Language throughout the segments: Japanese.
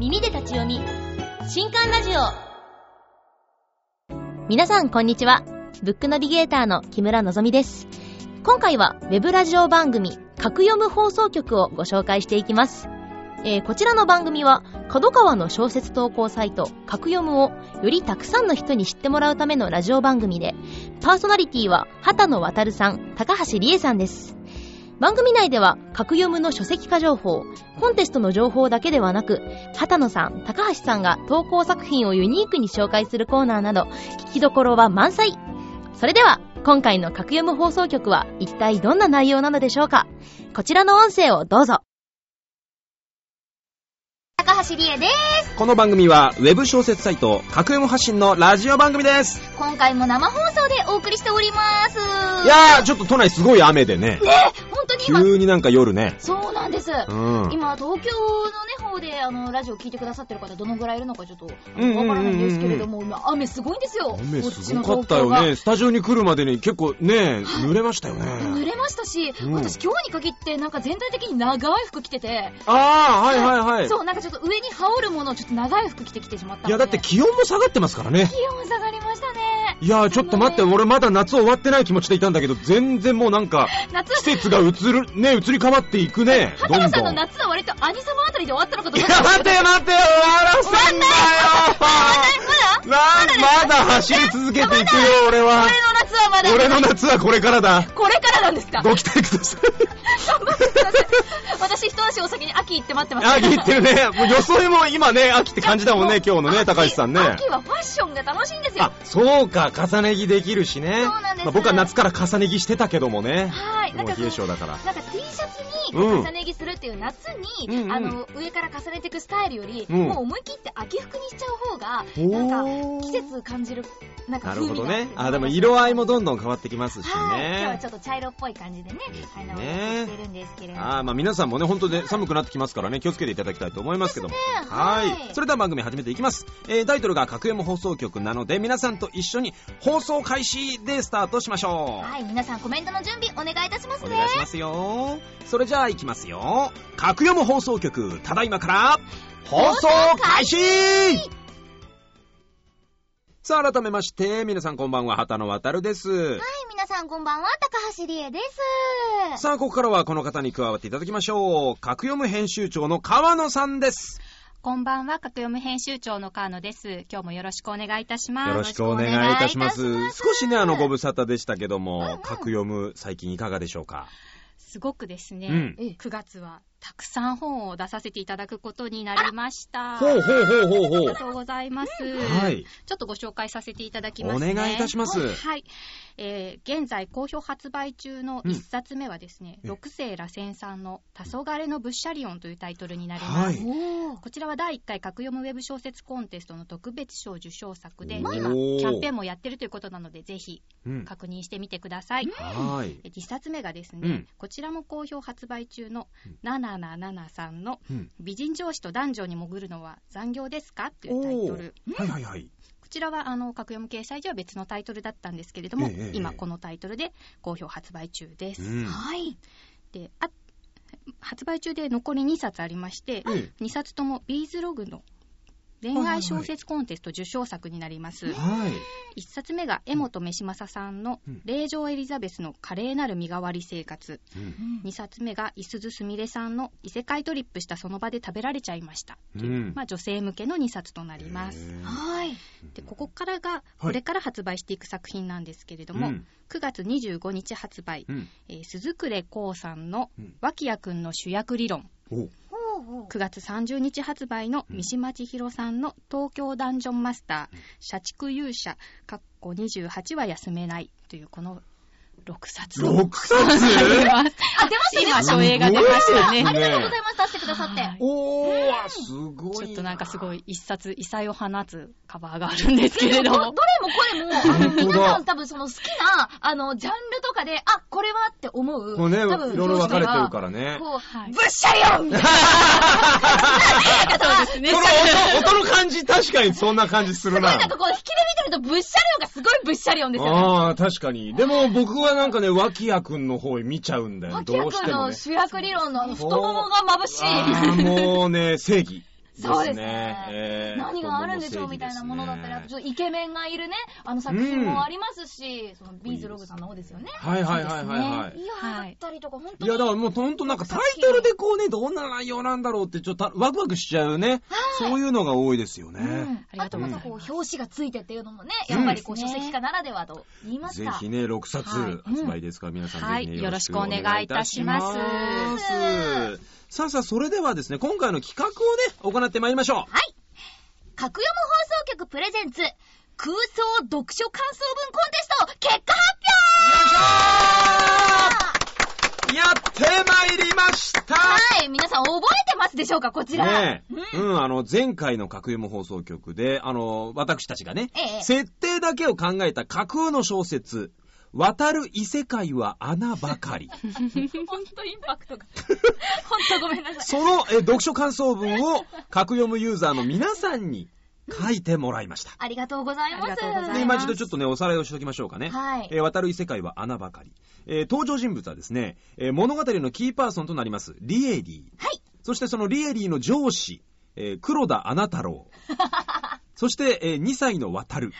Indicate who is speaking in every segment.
Speaker 1: 耳で立ち読み新刊ラジオ皆さんこんにちはブックナビゲーターの木村のぞみです今回はウェブラジオ番組「格読む放送局」をご紹介していきます、えーこちらの番組は角川の小説投稿サイト「格読む」をよりたくさんの人に知ってもらうためのラジオ番組でパーソナリティは畑野渉さん高橋理恵さんです番組内では格読むの書籍化情報コンテストの情報だけではなく畑野さん高橋さんが投稿作品をユニークに紹介するコーナーなど聞きどころは満載それでは今回の格読む放送局は一体どんな内容なのでしょうかこちらの音声をどうぞ
Speaker 2: 高橋理恵です。
Speaker 3: この番組はウェブ小説サイト格読む発信のラジオ番組です
Speaker 2: 今回も生放送でお送りしております。
Speaker 3: いやーちょっと都内すごい雨でね
Speaker 2: 本当に今、
Speaker 3: 急になんか夜ね
Speaker 2: そうなんです。
Speaker 3: うん
Speaker 2: 今、東京のね、方で、あの、ラジオ聞いてくださってる方、どのぐらいいるのかちょっと、あ
Speaker 3: うんうんうん
Speaker 2: の
Speaker 3: うん
Speaker 2: わからないんですけれども、今、雨すごいんですよ。
Speaker 3: 雨
Speaker 2: こっち
Speaker 3: す
Speaker 2: の
Speaker 3: ごかっ
Speaker 2: 東
Speaker 3: た
Speaker 2: 京
Speaker 3: よ
Speaker 2: が。
Speaker 3: ねスタジオに来るまでに結構ね濡れましたよ
Speaker 2: 濡
Speaker 3: ね
Speaker 2: れましたし、
Speaker 3: うん
Speaker 2: 私今日に限ってなんか全体的に長い服着てて、
Speaker 3: ああはいはいはい
Speaker 2: そう、なんかちょっと上に羽織るものをちょっと長い服着てきてしまったので。
Speaker 3: いやだって気温も下がってますからね
Speaker 2: 気温下がりましたね。
Speaker 3: いやーちょっと待って
Speaker 2: あのね
Speaker 3: 俺まだ夏終わってない気持ちでいたんだけど全然もうなんか
Speaker 2: 夏
Speaker 3: 季節が移るね移り変わってい くねど
Speaker 2: 畑野
Speaker 3: んどん
Speaker 2: さんの夏は割とアニサマあたりで終わったのかと
Speaker 3: い
Speaker 2: 思
Speaker 3: や
Speaker 2: った
Speaker 3: 待てよ待てよ終わらせんだよ
Speaker 2: まだ
Speaker 3: なまだ走り続けていくよ、俺
Speaker 2: 俺。
Speaker 3: は
Speaker 2: の夏はまだ
Speaker 3: 俺の夏はこれからだ。
Speaker 2: これからなんですか
Speaker 3: ご期待ください。
Speaker 2: 頑張ってください 私一足お先に秋行って待ってます
Speaker 3: 秋ってるね。もう装いも今ね、秋って感じだもんね、今日のね、
Speaker 2: 秋
Speaker 3: 高橋さんね。
Speaker 2: 秋はファッションが楽しいんですよ
Speaker 3: あ、そうか、重ね着できるしね。
Speaker 2: そうなんです
Speaker 3: まあ僕は夏から重ね着してたけどもね。
Speaker 2: はいな
Speaker 3: も
Speaker 2: ん
Speaker 3: う
Speaker 2: かそ
Speaker 3: 冷
Speaker 2: の
Speaker 3: え性だから。
Speaker 2: なんか T シャツに
Speaker 3: うん
Speaker 2: 重ね着するっていう夏に、
Speaker 3: うんうん
Speaker 2: あの上から重ねていくスタイルより、
Speaker 3: うん
Speaker 2: もう思い切って秋服にしちゃう方がなんか
Speaker 3: お
Speaker 2: 季節感じるなんか
Speaker 3: な
Speaker 2: 風
Speaker 3: る
Speaker 2: 味
Speaker 3: ほ
Speaker 2: が
Speaker 3: どね。あ、でも色合いもどんどん変わってきますし
Speaker 2: はい、今日は
Speaker 3: ね
Speaker 2: ち。ょっと茶色っぽい感じでね、あの、
Speaker 3: ね
Speaker 2: お送りしてるんですけれども。
Speaker 3: あーまあ皆さんもね、本当で寒くなってきますからね、気をつけていただきたいと思いますけども。はい。それでは番組始めていきます。えー、タイトルが格山放送局なので、皆さんと一緒に放送開始でスタートしましょう。
Speaker 2: はい、皆さんコメントの準備お願いいたします
Speaker 3: お
Speaker 2: ね。
Speaker 3: 願いしますよ。それじゃあ行きますよ。格山放送局、ただいまから、放送開始さあ、改めまして、皆さんこんばんは、畑野渡です。
Speaker 2: はい、皆さんこんばんは、高橋理恵です。
Speaker 3: さあ、ここからはこの方に加わっていただきましょう。格読む編集長の川野さんです。
Speaker 4: こんばんは、格読む編集長の川野です。今日もよろしくお願いいたします。
Speaker 3: よろしくお願いいたします。少しね、あの、ご無沙汰でしたけども、格読む最近いかがでしょうか
Speaker 4: すごくですね、
Speaker 3: うん
Speaker 2: ええ
Speaker 4: 9月はたくさん本を出させていただくことになりました。
Speaker 3: ほうほうほうほうほ
Speaker 4: あり
Speaker 3: う
Speaker 4: が。とうございます。
Speaker 3: はい。
Speaker 4: ちょっとご紹介させていただきま
Speaker 3: お
Speaker 4: すね。
Speaker 3: 願いいたし
Speaker 4: ま
Speaker 3: ます。
Speaker 4: はい。えー現在好評発売中の
Speaker 3: うん
Speaker 4: 1冊目はですね、
Speaker 3: ええ
Speaker 4: 六世螺旋さんの「黄昏のブッシャリオン」というタイトルになります。
Speaker 3: はい。
Speaker 2: おー
Speaker 4: こちらは第1回格読むウェブ小説コンテストの特別賞受賞作で、
Speaker 3: お
Speaker 4: 今、
Speaker 3: ー
Speaker 4: キャンペーンもやってるということなので、ぜひ
Speaker 3: うん。
Speaker 4: 確認してみてください。
Speaker 3: はい。
Speaker 4: 1冊目がですね、
Speaker 3: うん
Speaker 4: こちらも好評発売中の
Speaker 3: うん
Speaker 4: 777さんの
Speaker 3: うん
Speaker 4: 「美人上司と男女に潜るのは残業ですか?」というタイトル。
Speaker 3: はいはいはい。
Speaker 4: こちらはあの各読む掲載では別のタイトルだったんですけれども、
Speaker 3: ええええ
Speaker 4: 今このタイトルで好評発売中です。
Speaker 3: うん
Speaker 2: はい。
Speaker 4: であ発売中で残り2冊ありまして、
Speaker 3: え
Speaker 4: 2冊ともビーズログの恋愛小説コンテスト受賞作になります、
Speaker 3: えはい。
Speaker 4: 1冊目が江本飯正さんの
Speaker 3: うん
Speaker 4: 「霊場エリザベスの華麗なる身代わり生活」
Speaker 3: うん
Speaker 4: 2冊目がいすずすみれさんの「異世界トリップしたその場で食べられちゃいました」という、
Speaker 3: うん
Speaker 4: まあ、女性向けの2冊となりま
Speaker 3: へ
Speaker 4: す、
Speaker 3: え
Speaker 2: はい。
Speaker 4: でここからがこれから発売していく作品なんですけれども、
Speaker 3: うん
Speaker 4: 9月25日発売、
Speaker 3: うん。
Speaker 4: えー鈴暮光さんの
Speaker 3: うん
Speaker 4: 「脇谷くんの主役理論」
Speaker 3: お
Speaker 2: ほうほう。
Speaker 4: 9月30日発売の
Speaker 3: うん
Speaker 4: 三島千尋さんの「東京ダンジョンマスター
Speaker 3: うん」
Speaker 4: 「社畜勇者」「かっこ28は休めない」というこの6冊と
Speaker 3: 6冊
Speaker 4: なります
Speaker 2: あ、出ました、出ま
Speaker 4: 今、
Speaker 2: し
Speaker 4: 初映が出ましたね。
Speaker 2: た。あり
Speaker 3: す
Speaker 2: がとうございます、出してくださって。
Speaker 4: はい
Speaker 3: おー、すごい。
Speaker 4: ちょっとなんかすごい一冊異彩を放つカバーがあるんですけれど
Speaker 2: どど
Speaker 4: も。
Speaker 2: れもこれも、あの
Speaker 3: 本当だ
Speaker 2: 皆さん多分その好きな、あの、ジャンルとかで、あ、これはって思う。
Speaker 3: もうね、い
Speaker 2: 多
Speaker 3: ろいろ分かれてるからね。
Speaker 2: こ
Speaker 4: は
Speaker 2: う、
Speaker 4: い
Speaker 2: ぶっしゃりよみ たいな
Speaker 4: そうですね
Speaker 3: その音、音の感じ、確かにそんな感じする
Speaker 2: な
Speaker 3: な。
Speaker 2: んかこう、引きで見てると、ぶっしゃり音がすごいぶっしゃり音ですよね。
Speaker 3: ああ、確かに。でも僕はなんかね、脇谷くんの方へ見ちゃうんだよね。
Speaker 2: 秋
Speaker 3: ど
Speaker 2: 役
Speaker 3: うしても
Speaker 2: の
Speaker 3: ね。
Speaker 2: 主役理論のあの太ももが眩しい。
Speaker 3: あーもうね、正義。
Speaker 2: そうですね
Speaker 3: えー
Speaker 2: 何があるんでしょうみたいなものだったり、あとち
Speaker 3: ょっ
Speaker 2: ょっとイケメンがいるね、あの作品もありますし、そのビーズログさんの方ですよね。
Speaker 3: とはいはいはいはいはい
Speaker 2: い。やーだったりとか、本当
Speaker 3: い
Speaker 2: に。
Speaker 3: や、だからもうほんとなんかタイトルでこうね、どんな内容なんだろうって、ちょっとワクワクしちゃうね。そういうのが多いですよね。
Speaker 4: ありがとうございま
Speaker 2: あ
Speaker 4: す
Speaker 2: とまたこう、表紙がついてっていうのもね、やっぱりこう、
Speaker 4: うん
Speaker 2: 書籍化ならではと言いまし
Speaker 3: ぜ
Speaker 2: た。
Speaker 3: ひね、6冊
Speaker 4: はい
Speaker 3: 発売ですから、皆さんぜひね、
Speaker 4: はいよろしくお願いいたします
Speaker 3: お願いいたしますさあさあ、それではですね、今回の企画をね、行ってまいりましょう。
Speaker 2: 格読放送局プレゼンツ、空想読書感想文コンテスト、結果発
Speaker 3: やってまいりまし
Speaker 2: 表
Speaker 3: た
Speaker 2: はい、皆さん覚えてますでしょうか、こちら。
Speaker 3: ね
Speaker 2: うん
Speaker 3: え、うん、あの、前回の架空も放送局で、あの、私たちがね、
Speaker 2: ええ
Speaker 3: 設定だけを考えた架空の小説、渡る異世界は穴ばか り。
Speaker 2: ほんとインパクトが。 ほんとごめんなさい。
Speaker 3: そのえ読書感想文を、格読むユーザーの皆さんに書いてもらいました。
Speaker 2: ありがとうございます。
Speaker 4: ありがとうございます
Speaker 3: で、今一度ちょっとね、おさらいをしておきましょうかね。
Speaker 2: はい
Speaker 3: えー渡る異世界は穴ばかり。えー登場人物はですね、えー物語のキーパーソンとなります、リエリー。
Speaker 2: はい
Speaker 3: そしてそのリエリーの上司、えー黒田穴太 郎。そして、え2歳の渡る。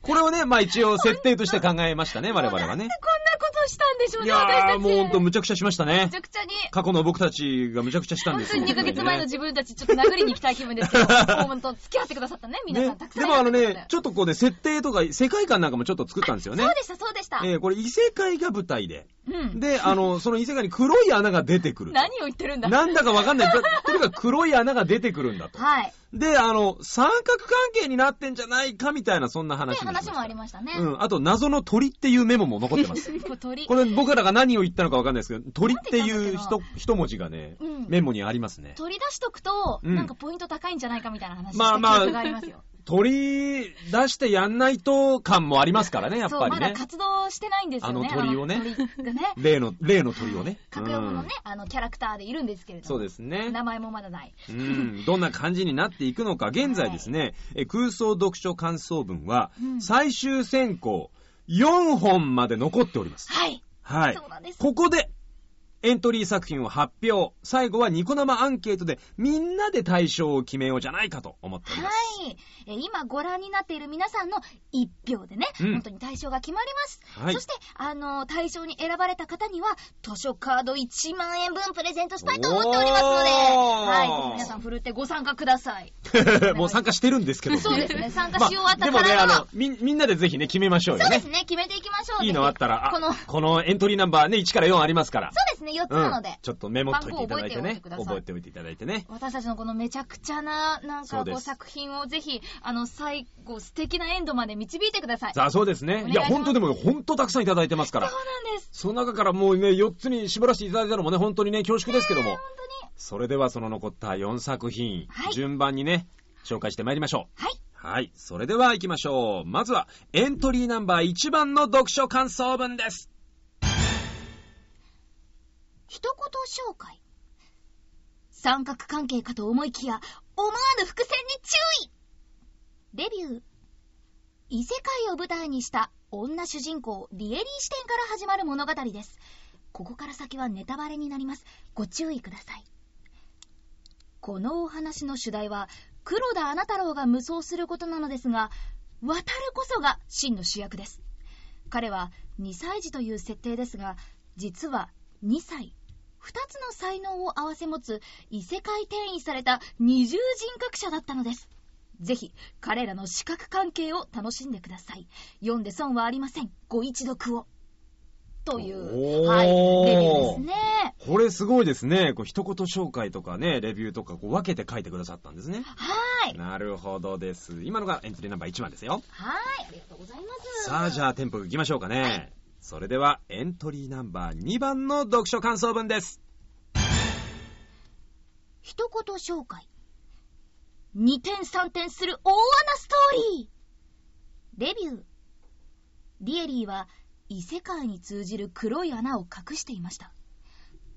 Speaker 3: これをね、まあ一応設定として考えましたね、我々はね。
Speaker 2: こんなことしたんでしょう
Speaker 3: い
Speaker 2: ね、私た
Speaker 3: や
Speaker 2: ち。
Speaker 3: ー、もうほんと
Speaker 2: め
Speaker 3: むちゃくちゃしましたね
Speaker 2: ち。ゃくちゃに。
Speaker 3: 過去の僕たちがむちゃくちゃしたん
Speaker 2: 本
Speaker 3: です
Speaker 2: 当
Speaker 3: よ
Speaker 2: に2ヶ月前の自分たち、ちょっと殴りに行きたい気分ですけ ど、もうと付き合ってくださったね、皆さん、
Speaker 3: ね
Speaker 2: たくさん
Speaker 3: でもあの
Speaker 2: いらっしゃっ
Speaker 3: ね、
Speaker 2: て
Speaker 3: ちょっとこうね、設定とか世界観なんかもちょっと作ったんですよね
Speaker 2: そう。でした、そうでした。
Speaker 3: えーこれ異世界が舞台で。
Speaker 2: うん。
Speaker 3: で、あの、その異世界に黒い穴が出てくる。
Speaker 2: 何を言ってるんだ。
Speaker 3: なんだかわかんない。ととにかく黒い穴が出てくるんだと。
Speaker 2: はい。
Speaker 3: で、あの、三角関係になってんじゃないかみたいな、そんな話
Speaker 2: で、
Speaker 3: もしまし
Speaker 2: 話
Speaker 3: た
Speaker 2: もありましたね。
Speaker 3: うん。あと、謎の鳥っていうメモも残ってます。
Speaker 2: こう鳥。
Speaker 3: これ僕らが何を言ったのかわかんないですけど、鳥っていう
Speaker 2: なんて言った
Speaker 3: 一一文字がね、
Speaker 2: うん
Speaker 3: メモにありますね。
Speaker 2: 取り出しとくと、
Speaker 3: うん
Speaker 2: なんかポイント高いんじゃないかみたいな話し
Speaker 3: ま
Speaker 2: た
Speaker 3: あ
Speaker 2: 記
Speaker 3: まあ
Speaker 2: 憶がありますよ。
Speaker 3: 鳥出してやんないと感もありますからね、やっ
Speaker 2: そう、
Speaker 3: ぱ
Speaker 2: ま
Speaker 3: り
Speaker 2: だ
Speaker 3: ね。
Speaker 2: 活動してないんですよね。
Speaker 3: あの鳥をね
Speaker 2: あの鳥がね。
Speaker 3: 例の、例の鳥をね。
Speaker 2: 格読のね
Speaker 3: うん、
Speaker 2: あの、キャラクターでいるんですけれども。
Speaker 3: そうですね。
Speaker 2: 名前もまだない。
Speaker 3: うん、どんな感じになっていくのか、現在ですね、え空想読書感想文は
Speaker 2: う、ん
Speaker 3: 最終選考4本まで残っております。
Speaker 2: はい。
Speaker 3: はい
Speaker 2: そうなんで。す
Speaker 3: ここで、エントリー作品を発表。最後はニコ生アンケートでみんなで対象を決めようじゃないかと思っており
Speaker 2: は
Speaker 3: ます。
Speaker 2: い。えー今ご覧になっている皆さんの一票でね、
Speaker 3: うん
Speaker 2: 本当に対象が決まります。
Speaker 3: はい
Speaker 2: そして、あのー対象に選ばれた方には、図書カード1万円分プレゼントしたいと思っておりますので、
Speaker 3: おー
Speaker 2: はい。ぜひ皆さん振るってご参加ください。
Speaker 3: もう参加してるんですけど、
Speaker 2: そうですね参加し終わったからの
Speaker 3: まあでもね、あの、み、みんなでぜひね、決めましょうよ
Speaker 2: そうで
Speaker 3: ね
Speaker 2: す。ね、決めていきましょう。
Speaker 3: いいのあったら、あ
Speaker 2: この、そう
Speaker 3: このエントリーナンバーね、1から4ありますから。
Speaker 2: ですね、4つ
Speaker 3: う
Speaker 2: なの
Speaker 3: ん
Speaker 2: で。
Speaker 3: ちょっとメモっといていただいてね。
Speaker 2: 番号
Speaker 3: 覚
Speaker 2: 覚
Speaker 3: え
Speaker 2: え
Speaker 3: ておいていただいてね。
Speaker 2: 私たちのこのめちゃくちゃな、なん
Speaker 3: そう
Speaker 2: か
Speaker 3: で
Speaker 2: こう
Speaker 3: す
Speaker 2: 作品をぜひ、あの、最後、素敵なエンドまで導いてください。
Speaker 3: さあ、そうですね。い
Speaker 2: お願いし
Speaker 3: や、
Speaker 2: ます
Speaker 3: 本当でも、本当たくさんいただいてますから
Speaker 2: そ。うなんです。
Speaker 3: その中からもうね、4つに絞らせていただいたのもね、本当にね、恐縮ですけども。
Speaker 2: 本当に。
Speaker 3: それでは、その残った4作品、
Speaker 2: はい
Speaker 3: 順番にね、紹介してまいりましょう。
Speaker 2: はい。
Speaker 3: はい。それでは行きましょう。まずは、エントリーナンバー1番の読書感想文です。
Speaker 2: 一言紹介。三角関係かと思いきや、思わぬ伏線に注意レビュー。異世界を舞台にした女主人公リエリー視点から始まる物語です。ここから先はネタバレになります。ご注意ください。このお話の主題は、黒田あなたろうが無双することなのですが、渡るこそが真の主役です。彼は2歳児という設定ですが、実は2歳。2つの才能を併せ持つ異世界転移された二重人格者だったのです。ぜひ、彼らの視覚関係を楽しんでください。読んで損はありません。ご一読を。という、
Speaker 3: おー
Speaker 2: はい、レビューですね。
Speaker 3: これすごいですね。こう、一言紹介とかね、レビューとか、こう、分けて書いてくださったんですね。
Speaker 2: はい。
Speaker 3: なるほどです。今のがエントリーナンバー1番ですよ。
Speaker 2: はい。ありがとうございます。
Speaker 3: さあ、じゃあテンポよく行きましょうかね。それでは、エントリーナンバー2番の読書感想文です。
Speaker 2: 一言紹介。二点三点する大穴ストーリーレビュー。リエリーは異世界に通じる黒い穴を隠していました。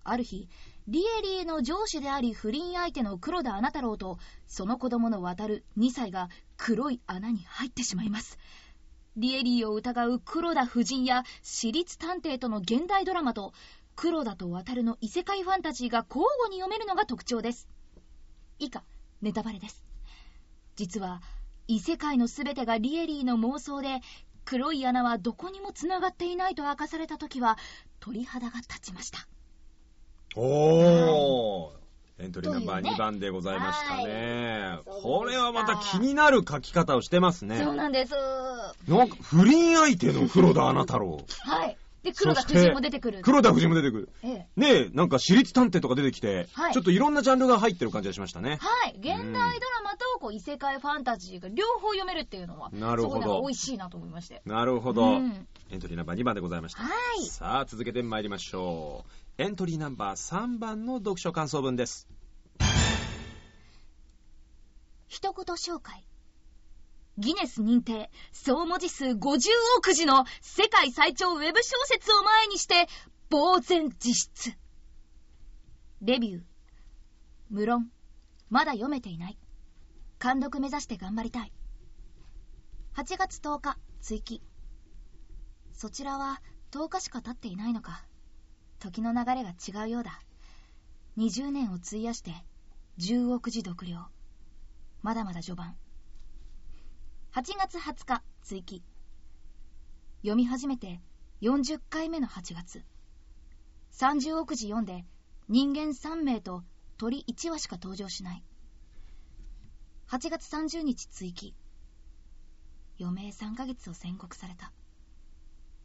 Speaker 2: ある日、リエリーの上司であり不倫相手の黒田穴太郎とその子供の渡る2歳が黒い穴に入ってしまいます。リエリーを疑う黒田夫人や私立探偵との現代ドラマと黒田と渡るの異世界ファンタジーが交互に読めるのが特徴です。以下、ネタバレです。実は、異世界のすべてがリエリーの妄想で、黒い穴はどこにも繋がっていないと明かされた時は、鳥肌が立ちました。
Speaker 3: おー。エントリーナンバー
Speaker 2: というね
Speaker 3: 2番でございましたね。
Speaker 2: はい
Speaker 3: これはまた気になる書き方をしてますね。
Speaker 2: そうなんです。
Speaker 3: なんか、不倫相手の黒田あなたろう。
Speaker 2: はい。で、 黒田
Speaker 3: そして
Speaker 2: 夫人も出てくる。
Speaker 3: 黒田夫人も出てくる。
Speaker 2: ええ
Speaker 3: ねえ、なんか私立探偵とか出てきて、
Speaker 2: はい
Speaker 3: ちょっといろんなジャンルが入ってる感じがしましたね。
Speaker 2: はい。現代ドラマとこう異世界ファンタジーが両方読めるっていうのは、
Speaker 3: なるほど
Speaker 2: すごいなんか美味しいなと思いまして。
Speaker 3: なるほど。
Speaker 2: うん
Speaker 3: エントリーナンバー2番でございました。
Speaker 2: はい。
Speaker 3: さあ、続けて参りましょう。エントリーナンバー3番の読書感想文です。
Speaker 2: 一言紹介。ギネス認定、総文字数50億字の世界最長ウェブ小説を前にして、呆然自失。レビュー。無論、まだ読めていない。監督目指して頑張りたい。8月10日、追記。そちらは10日しか経っていないのか。時の流れが違うようだ。20年を費やして、10億字読量。まだまだ序盤。8月20日、追記。読み始めて40回目の8月。30億字読んで、人間3名と鳥1羽しか登場しない。8月30日追記。余命3ヶ月を宣告された。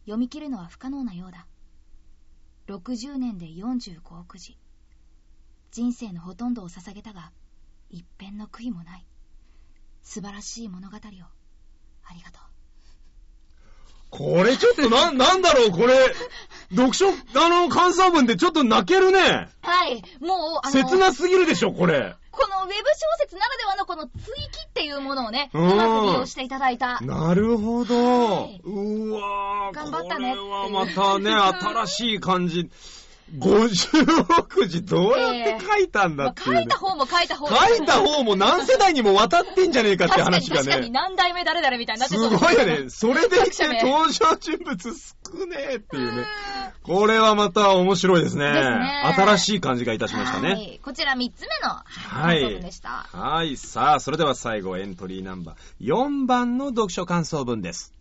Speaker 2: 読み切るのは不可能なようだ。60年で45億字。人生のほとんどを捧げたが、一片の悔いもない素晴らしい物語をありがと
Speaker 3: これちょっと な、なんだろう、これ。読書、あの、感想文でちょっと泣けるね。
Speaker 2: うはいもうあの
Speaker 3: 切なすぎるでしょ、これ。
Speaker 2: このウェブ小説ならではのこの追記っていうものをねう
Speaker 3: うん
Speaker 2: まく利用していただいた
Speaker 3: なるほど。
Speaker 2: はいう
Speaker 3: わー
Speaker 2: 頑張ったねっていう
Speaker 3: これはま たね、新しい感じ。50億字どうやって書いたんだ
Speaker 2: ま
Speaker 3: っ
Speaker 2: あ
Speaker 3: ていう
Speaker 2: 書
Speaker 3: ね、
Speaker 2: いた方も書いた方
Speaker 3: 書いた方も何世代にも渡ってんじゃねえかって
Speaker 2: 確かに
Speaker 3: 話が
Speaker 2: 確かに
Speaker 3: ね。
Speaker 2: 何代目誰々みたいになって
Speaker 3: す
Speaker 2: そう
Speaker 3: ごいよね。それでいて
Speaker 2: 作者名
Speaker 3: 登場人物少ねえっていうね。これはまた面白いですね。
Speaker 2: ですね
Speaker 3: 新しい感じがいたしました
Speaker 2: は
Speaker 3: ね。
Speaker 2: いこちら3つ目のは
Speaker 3: はいい
Speaker 2: 感想文でした
Speaker 3: はい。さあ、それでは最後エントリーナンバー4番の読書感想文です。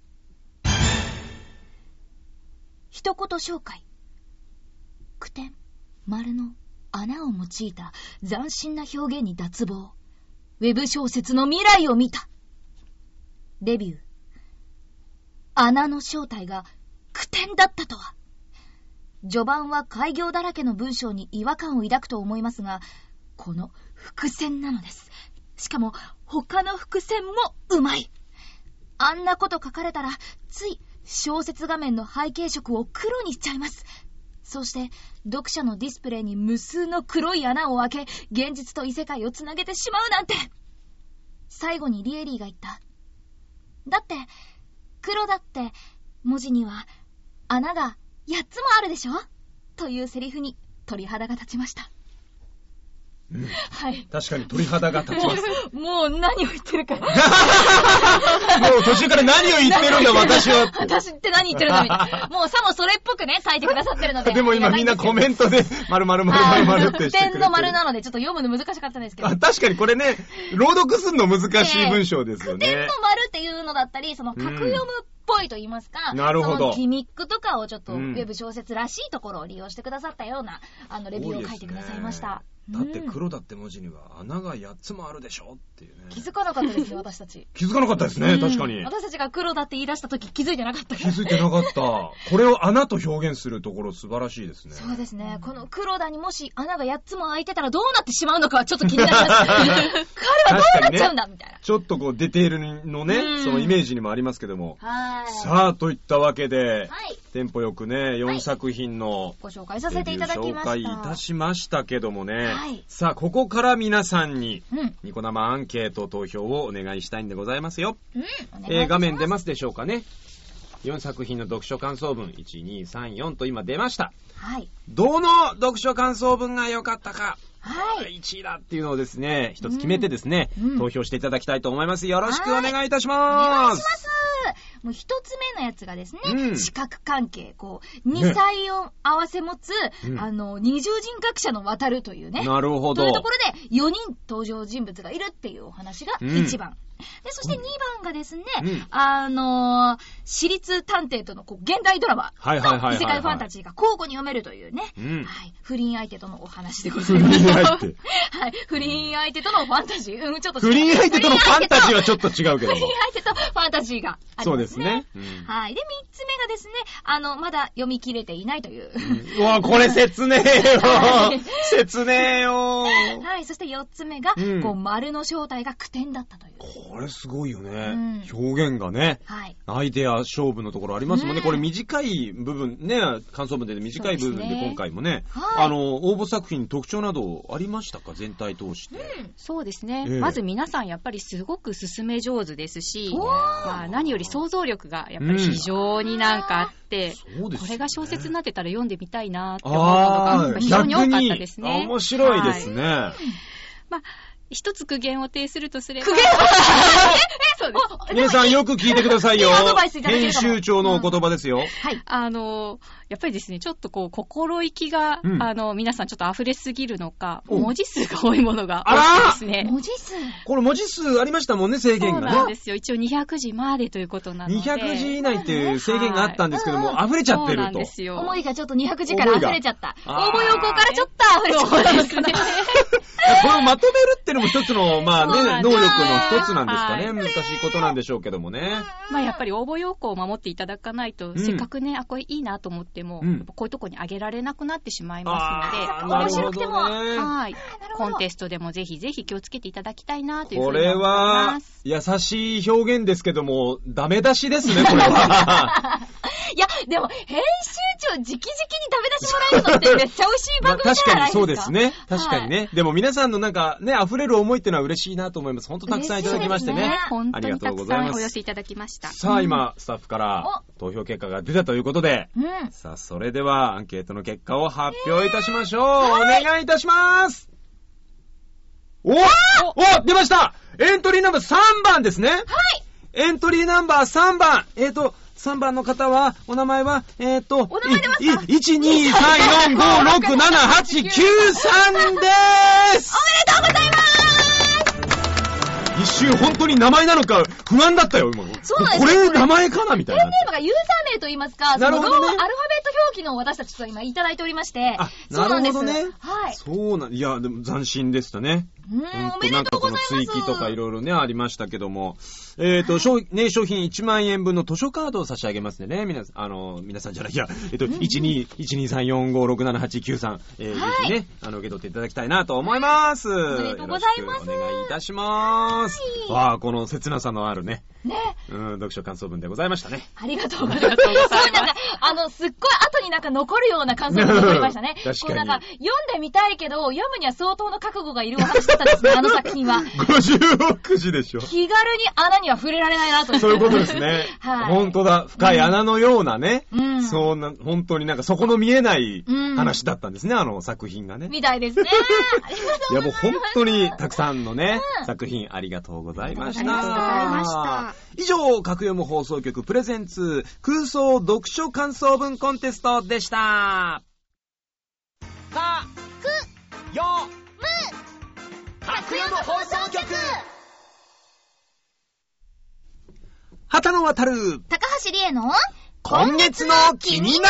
Speaker 2: 一言紹介句点丸の穴を用いた斬新な表現に脱帽ウェブ小説の未来を見たレビュー穴の正体が句点だったとは序盤は開業だらけの文章に違和感を抱くと思いますがこの伏線なのですしかも他の伏線もうまいあんなこと書かれたら、つい小説画面の背景色を黒にしちゃいます。そして、読者のディスプレイに無数の黒い穴を開け、現実と異世界をつなげてしまうなんて最後にリエリーが言った。だって、黒だって、文字には、穴が8つもあるでしょというセリフに鳥肌が立ちました。はい。
Speaker 3: 確かに鳥肌が立ちます。
Speaker 2: もう何を言ってるか。
Speaker 3: もう途中から何を言ってるんだ、私はっ て。
Speaker 2: 私って何言ってるのみたい な。もうさもそれっぽくね、書いてくださってるので。
Speaker 3: でも今みんなコメント で、丸々
Speaker 2: あ
Speaker 3: 丸
Speaker 2: りがたい
Speaker 3: 々丸
Speaker 2: ん
Speaker 3: っ
Speaker 2: で
Speaker 3: て
Speaker 2: す
Speaker 3: し
Speaker 2: けど点
Speaker 3: てくれて
Speaker 2: の丸なので、ちょっと読むの難しかったんですけど。
Speaker 3: あ確かにこれね、朗読すんの難しい文章ですよ
Speaker 2: 点の
Speaker 3: ね。
Speaker 2: 丸っていうのだったり、その格読むっぽいと言いますか、
Speaker 3: うんなるほど
Speaker 2: そのギミックとかをちょっと、ウ
Speaker 3: うん
Speaker 2: ェブ小説らしいところを利用してくださったような、あの、レビューを書いてくださいました。
Speaker 3: だって
Speaker 2: うん
Speaker 3: 黒だって文字には穴が8つもあるでしょっていうね。
Speaker 2: 気づかなかったですよ、私たち。
Speaker 3: 気づかなかったです
Speaker 2: う
Speaker 3: ね、
Speaker 2: ん
Speaker 3: 確かに。
Speaker 2: 私たちが黒だって言い出した時気づいてなかったか
Speaker 3: 気
Speaker 2: ら。
Speaker 3: づいてなかった。これを穴と表現するところ素晴らしいですね。
Speaker 2: そうですね。この黒田にもし穴が8つも開いてたらどうなってしまうのかはちょっと気になり ます。彼はどうなっちゃうんだみたいな。
Speaker 3: ちょっとこうディテールのね、
Speaker 2: うん
Speaker 3: そのイメージにもありますけども。
Speaker 2: はい。
Speaker 3: さあ、といったわけで、
Speaker 2: はい。
Speaker 3: テンポよくね、
Speaker 2: はい
Speaker 3: 4作品の
Speaker 2: ご紹介させていただきました。
Speaker 3: レビュー紹介いたしましたけどもね、
Speaker 2: はい
Speaker 3: さあここから皆さんに
Speaker 2: うん。うん。
Speaker 3: ニコ生アンケート投票をお願いしたいんでございますよ、
Speaker 2: お願いします
Speaker 3: えー画面出ますでしょうかね4作品の読書感想文1234と今出ました
Speaker 2: はい。
Speaker 3: どの読書感想文が良かったか
Speaker 2: はい。
Speaker 3: 1位だっていうのをですね一つ決めてですね、
Speaker 2: うんうん
Speaker 3: 投票していただきたいと思いますよろしくお願いいたし
Speaker 2: お願
Speaker 3: ま
Speaker 2: いし
Speaker 3: す
Speaker 2: ます。もう一つ目のやつがですね、
Speaker 3: うん
Speaker 2: 視覚関係、こう、
Speaker 3: ね
Speaker 2: 二才を合わせ持つ、
Speaker 3: うん
Speaker 2: あの、二重人格者の渡るというね、
Speaker 3: なるほ
Speaker 2: と
Speaker 3: ど
Speaker 2: いう。ところで、4人登場人物がいるっていうお話が1番。で、そして2番がですね、
Speaker 3: うん
Speaker 2: あのー私立探偵とのこう現代ドラマ
Speaker 3: はいはいはいはいは
Speaker 2: の
Speaker 3: い
Speaker 2: 異世界ファンタジーが交互に読めるというね、
Speaker 3: うん。
Speaker 2: はい、不倫相手とのお話でござい
Speaker 3: 不
Speaker 2: ま
Speaker 3: 倫
Speaker 2: す。
Speaker 3: 相手。
Speaker 2: はい、不倫相手とのファンタジー。うん、ちょっと違う
Speaker 3: 不倫相手とのファンタジーはちょっと違うけ
Speaker 2: 不
Speaker 3: ど
Speaker 2: 倫
Speaker 3: も。
Speaker 2: 相手とファンタジーがありますね。
Speaker 3: そうですね。うん
Speaker 2: はい。で、三つ目がですね、あの、まだ読み切れていないという。
Speaker 3: うわ、これ説明よ
Speaker 2: はい
Speaker 3: 説明よ
Speaker 2: はい。そして四つ目が、
Speaker 3: うん
Speaker 2: こう、丸の正体が苦点だったという。
Speaker 3: これすごいよ
Speaker 2: うん
Speaker 3: ね。表現がね。
Speaker 2: はい。
Speaker 3: アイデア勝負のところありますもん
Speaker 2: ね
Speaker 3: ね。これ短い部分、ね、感想文で短い部
Speaker 4: そう
Speaker 3: 分
Speaker 4: で
Speaker 3: です
Speaker 4: ね
Speaker 3: 今回もね、
Speaker 2: はい
Speaker 3: あの、応募作品の特徴などありましたか全体通して。
Speaker 4: そうですね、
Speaker 3: ええ
Speaker 4: まず皆さんやっぱりすごく勧め上手ですし、
Speaker 2: おー
Speaker 4: まあ、何より想像力がやっぱり非常になんかあって、
Speaker 3: そうですよね
Speaker 4: これが小説になってたら読んでみたいなって思うの
Speaker 3: あ
Speaker 4: が
Speaker 3: あ、
Speaker 4: 非常に多
Speaker 3: 逆
Speaker 4: かっ
Speaker 3: に
Speaker 4: たですね。
Speaker 3: 面白いです
Speaker 4: は
Speaker 3: ね。
Speaker 4: まあ、一つ苦言を呈するとすれば。
Speaker 2: 苦言
Speaker 4: そうです。
Speaker 3: 皆さんよく聞いてくださいよ
Speaker 2: いいアドバイスい。ただける
Speaker 3: 編
Speaker 2: かも
Speaker 3: 集長のお言葉ですよ。
Speaker 2: はい。
Speaker 4: あの、やっぱりですね、ちょっとこう、心意気が、
Speaker 3: うん
Speaker 4: あの、皆さんちょっと溢れすぎるのか、
Speaker 3: お
Speaker 4: 文字数が多いものが
Speaker 3: あら
Speaker 4: 多くてですね。
Speaker 2: 文字数。
Speaker 3: これ文字数ありましたもんね、制
Speaker 4: そ
Speaker 3: 限
Speaker 4: うな
Speaker 3: が
Speaker 4: んで
Speaker 3: ね。
Speaker 4: すよ。一応200字までということなので。
Speaker 3: 200字以内っていう制限があったんですけども、溢れちゃって
Speaker 4: そうな
Speaker 3: る
Speaker 4: ん
Speaker 3: と
Speaker 4: で。すよ。
Speaker 2: 思いがちょっと200字から溢れちゃった。
Speaker 3: 思いが
Speaker 2: 応募要項からちょっと溢れちゃっ
Speaker 4: そう
Speaker 2: た。
Speaker 4: ですね。
Speaker 3: これをまとめるってのも一つの、まあ
Speaker 4: そう
Speaker 3: ね
Speaker 4: な、んだ
Speaker 3: 能力の一つなんですか
Speaker 4: は
Speaker 3: ね。
Speaker 4: い
Speaker 3: 難しいことなんでしょうけどもね。
Speaker 4: まあやっぱり応募要項を守っていただかないと、
Speaker 3: ん
Speaker 4: せっかくね、あ、これいいなと思っても、
Speaker 3: うん
Speaker 4: やっぱこういうとこにあげられなくなってしまいますので、
Speaker 3: ー
Speaker 2: 面白くても
Speaker 3: なるほどね
Speaker 4: は
Speaker 2: な
Speaker 4: い。
Speaker 2: るほ
Speaker 4: コ
Speaker 2: ど
Speaker 4: ンテストでもぜひぜひ気をつけていただきたいなというふ
Speaker 3: こ
Speaker 4: うに思
Speaker 3: れ
Speaker 4: いま
Speaker 3: は
Speaker 4: す。、
Speaker 3: 優しい表現ですけども、ダメ出しですね、これは。
Speaker 2: いや、でも、編集長直々にダメ出しもらえるのってめっちゃ美味しい
Speaker 3: ま
Speaker 2: 番
Speaker 3: あ
Speaker 2: 組じ
Speaker 3: 確
Speaker 2: ゃ
Speaker 3: か
Speaker 2: ない
Speaker 3: に
Speaker 2: ですか。
Speaker 3: そうですね。確かに
Speaker 2: はい。
Speaker 3: ね。でも皆さんのなんかね、溢れる思いってのは嬉しいなと思います。ほんとたくさんいただきまして
Speaker 2: 嬉しい
Speaker 3: ね
Speaker 2: ですね。
Speaker 4: 本
Speaker 3: あり
Speaker 4: 当
Speaker 3: が
Speaker 4: に
Speaker 3: と
Speaker 4: た
Speaker 3: うご
Speaker 4: く
Speaker 3: ざいま
Speaker 4: さん
Speaker 3: す
Speaker 4: お寄せいただきました。
Speaker 3: さあ今、スタッフから投票結果が出たということで、
Speaker 2: うん。
Speaker 3: さあそれではアンケートの結果を発表いたしましょう。お願いいたしますおお出ましたエントリーナンバー3番ですねはいエントリーナンバー3番えっ、と、3番の方は、お名前は、えっ、と、
Speaker 2: お名前出ました
Speaker 3: いい1、2、3、4、5、6、7、8、9、3でーす
Speaker 2: おめでとうございます
Speaker 3: 一瞬本当に名前なのか不安だったよ、今。
Speaker 2: そうなんです
Speaker 3: こ
Speaker 2: よ
Speaker 3: れ名前かなみた
Speaker 2: ペ
Speaker 3: い
Speaker 2: ンネ
Speaker 3: な。
Speaker 2: ームがユーザー名と言いますか、
Speaker 3: なるほどね
Speaker 2: そのアルファベット表記の私たちと今いただいておりまして、
Speaker 3: あ、
Speaker 2: そう
Speaker 3: な
Speaker 2: なんで
Speaker 3: るほ
Speaker 2: す。
Speaker 3: どね。
Speaker 2: はい。
Speaker 3: そうなん、いや、でも斬新でしたね。
Speaker 2: うーん、おめ
Speaker 3: 本当
Speaker 2: で
Speaker 3: なん
Speaker 2: と
Speaker 3: か
Speaker 2: うご
Speaker 3: こ
Speaker 2: ざい
Speaker 3: の
Speaker 2: ます。
Speaker 3: 追記とかいろいろね、ありましたけども。えっ、と、商ね、商品1万円分の図書カードを差し上げますんでね、皆さん、あの、皆さんじゃない、いや、えっ、と、12、123456789えー
Speaker 2: はい
Speaker 3: ぜひね、あの、受け取っていただきたいなと思います。お
Speaker 2: めでとうございます
Speaker 3: お願いいたします。
Speaker 2: は
Speaker 3: わあ、この切なさのあるね、
Speaker 2: ね。
Speaker 3: うん、読書感想文でございまし たね。。
Speaker 2: ありがとうござい
Speaker 4: あ
Speaker 2: ます。
Speaker 4: りがとうございます
Speaker 2: ごいなんか、あの、すっごい後になんか残るような感想が残りましたね
Speaker 3: 確かに
Speaker 2: こうなんか、読んでみたいけど、読むには相当の覚悟がいるお話だったんですね、 あの作品は。
Speaker 3: 50億字でしょ。
Speaker 2: 気軽に穴には触れられないなと。。
Speaker 3: そういうことですね
Speaker 2: はい。
Speaker 3: 本当だ。深い穴のようなね。
Speaker 2: うん
Speaker 3: そんな、本当になんかそこの見えない
Speaker 2: うん
Speaker 3: 話だったんですね、あの作品がね。
Speaker 2: みたいですね。ありがとご
Speaker 3: いうや
Speaker 2: ざい
Speaker 3: もう
Speaker 2: ます。
Speaker 3: 本当にたくさんのね、
Speaker 2: うん
Speaker 3: 作品ありがとうございました。
Speaker 4: ありがとうございました
Speaker 3: 以上、格読む放送局プレゼンツ空想読書感想文コンテストでした。か、く、よ、む、格読む放送局旗の渡る
Speaker 2: 高橋理恵の
Speaker 3: 今月の気になる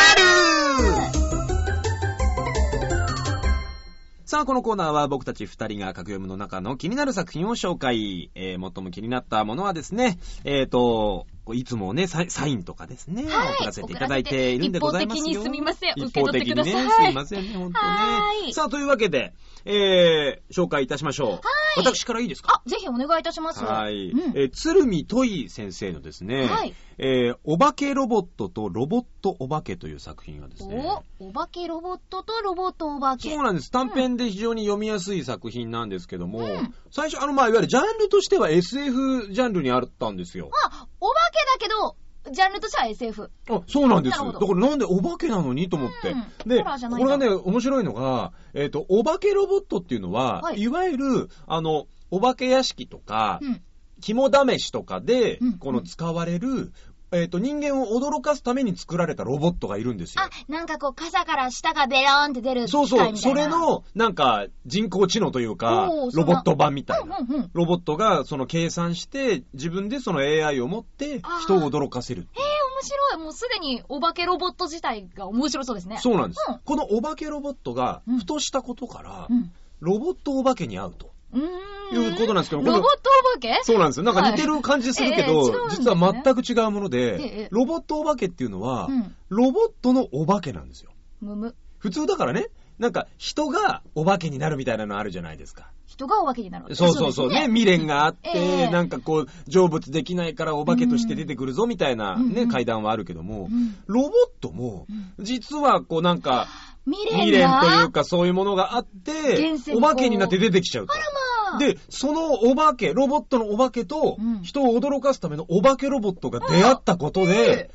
Speaker 3: さあ、このコーナーは僕たち二人が格読むの中の気になる作品を紹介。えー、最も気になったものはですね、えーと、いつもね、サイサインとかですね、
Speaker 2: はい
Speaker 3: 送らせていただいているんでございますよ。
Speaker 2: 一方的にすみません
Speaker 3: 一
Speaker 2: 受け
Speaker 3: 方
Speaker 2: 取って
Speaker 3: 的
Speaker 2: く
Speaker 3: に
Speaker 2: だ
Speaker 3: ね、
Speaker 2: さい
Speaker 3: すみませんね、本
Speaker 2: は
Speaker 3: 当
Speaker 2: ー
Speaker 3: ね。
Speaker 2: い
Speaker 3: さあ、というわけで、えー、紹介いたしましょう。私からいいですか
Speaker 2: あ、ぜひお願いいたします。
Speaker 3: はい。
Speaker 2: うん
Speaker 3: えー鶴見とい先生のですね、
Speaker 2: はい
Speaker 3: えーお化けロボットとロボットお化けという作品がですね、
Speaker 2: お、お化けロボットとロボットお化け。
Speaker 3: そうなんです。短編で非常に読みやすい作品なんですけども、
Speaker 2: ん
Speaker 3: 最初、あの、まあ、いわゆるジャンルとしては SF ジャンルにあったんですよ。
Speaker 2: あ、お化けだけど、ジャンルとしては SF。
Speaker 3: あ、そうなんです。
Speaker 2: な
Speaker 3: だ
Speaker 2: る
Speaker 3: か
Speaker 2: ほど
Speaker 3: らなんでお化けなのにと思って。
Speaker 2: うん
Speaker 3: で、
Speaker 2: ホラーじゃない
Speaker 3: こ
Speaker 2: ん
Speaker 3: れ
Speaker 2: だ
Speaker 3: がね、面白いのが、えっ、と、お化けロボットっていうのは、
Speaker 2: はい
Speaker 3: い、わゆる、あの、お化け屋敷とか、
Speaker 2: うん。
Speaker 3: 肝試しとかで
Speaker 2: うん、
Speaker 3: この使われるえっ、と、人間を驚かすために作られたロボットがいるんですよ
Speaker 2: あ。、なんかこう、傘から舌がベローンって出る機械
Speaker 3: そう
Speaker 2: みたいな。
Speaker 3: そう、それの、なんか、人工知能というか
Speaker 2: おー、そん
Speaker 3: ロ
Speaker 2: な
Speaker 3: ボット版みたいな。
Speaker 2: うんうんうん。
Speaker 3: ロボットが、その、計算して、自分でその AI を持って
Speaker 2: あー、
Speaker 3: 人を驚かせる。
Speaker 2: えー、面白い。もうすでにお化けロボット自体が面白そうですね。
Speaker 3: そうなんです。
Speaker 2: うん
Speaker 3: このお化けロボットが
Speaker 2: うん、
Speaker 3: ふとしたことから、
Speaker 2: うん。
Speaker 3: ロボットお化けに会うと。
Speaker 2: うーん。
Speaker 3: いうことなんですけどこ
Speaker 2: ロ
Speaker 3: の
Speaker 2: ボットお化け
Speaker 3: そうなんですよ。なんか
Speaker 2: はい
Speaker 3: 似てる感じする
Speaker 2: え
Speaker 3: け
Speaker 2: え
Speaker 3: ど、
Speaker 2: 違うんですね
Speaker 3: 実は全く違うもの
Speaker 2: ええ
Speaker 3: で、ロボットお化けっていうのは、
Speaker 2: ん。
Speaker 3: ロボットのお化けなんですよ。
Speaker 2: むむ。
Speaker 3: 普通だからね、なんか人がお化けになるみたいなのあるじゃないですか。
Speaker 2: 人がお化けになるわけ
Speaker 3: そうそうそう
Speaker 2: です
Speaker 3: ね、未練があって、
Speaker 2: ええ
Speaker 3: なんかこう、成仏できないからお化けとして出てくるぞみたいな
Speaker 2: うんう
Speaker 3: ね、
Speaker 2: ん
Speaker 3: 階段はあるけども
Speaker 2: う、ん。
Speaker 3: ロボットも、実はこうなんか、
Speaker 2: 未
Speaker 3: 未
Speaker 2: 練
Speaker 3: 練
Speaker 2: が
Speaker 3: というかそういうものがあって
Speaker 2: 現世、に
Speaker 3: お
Speaker 2: こう
Speaker 3: 化けになって出てきちゃうと。
Speaker 2: まあ
Speaker 3: で、そのお化け、ロボットのお化けと
Speaker 2: うん、
Speaker 3: 人を驚かすためのお化けロボットが出会ったことで、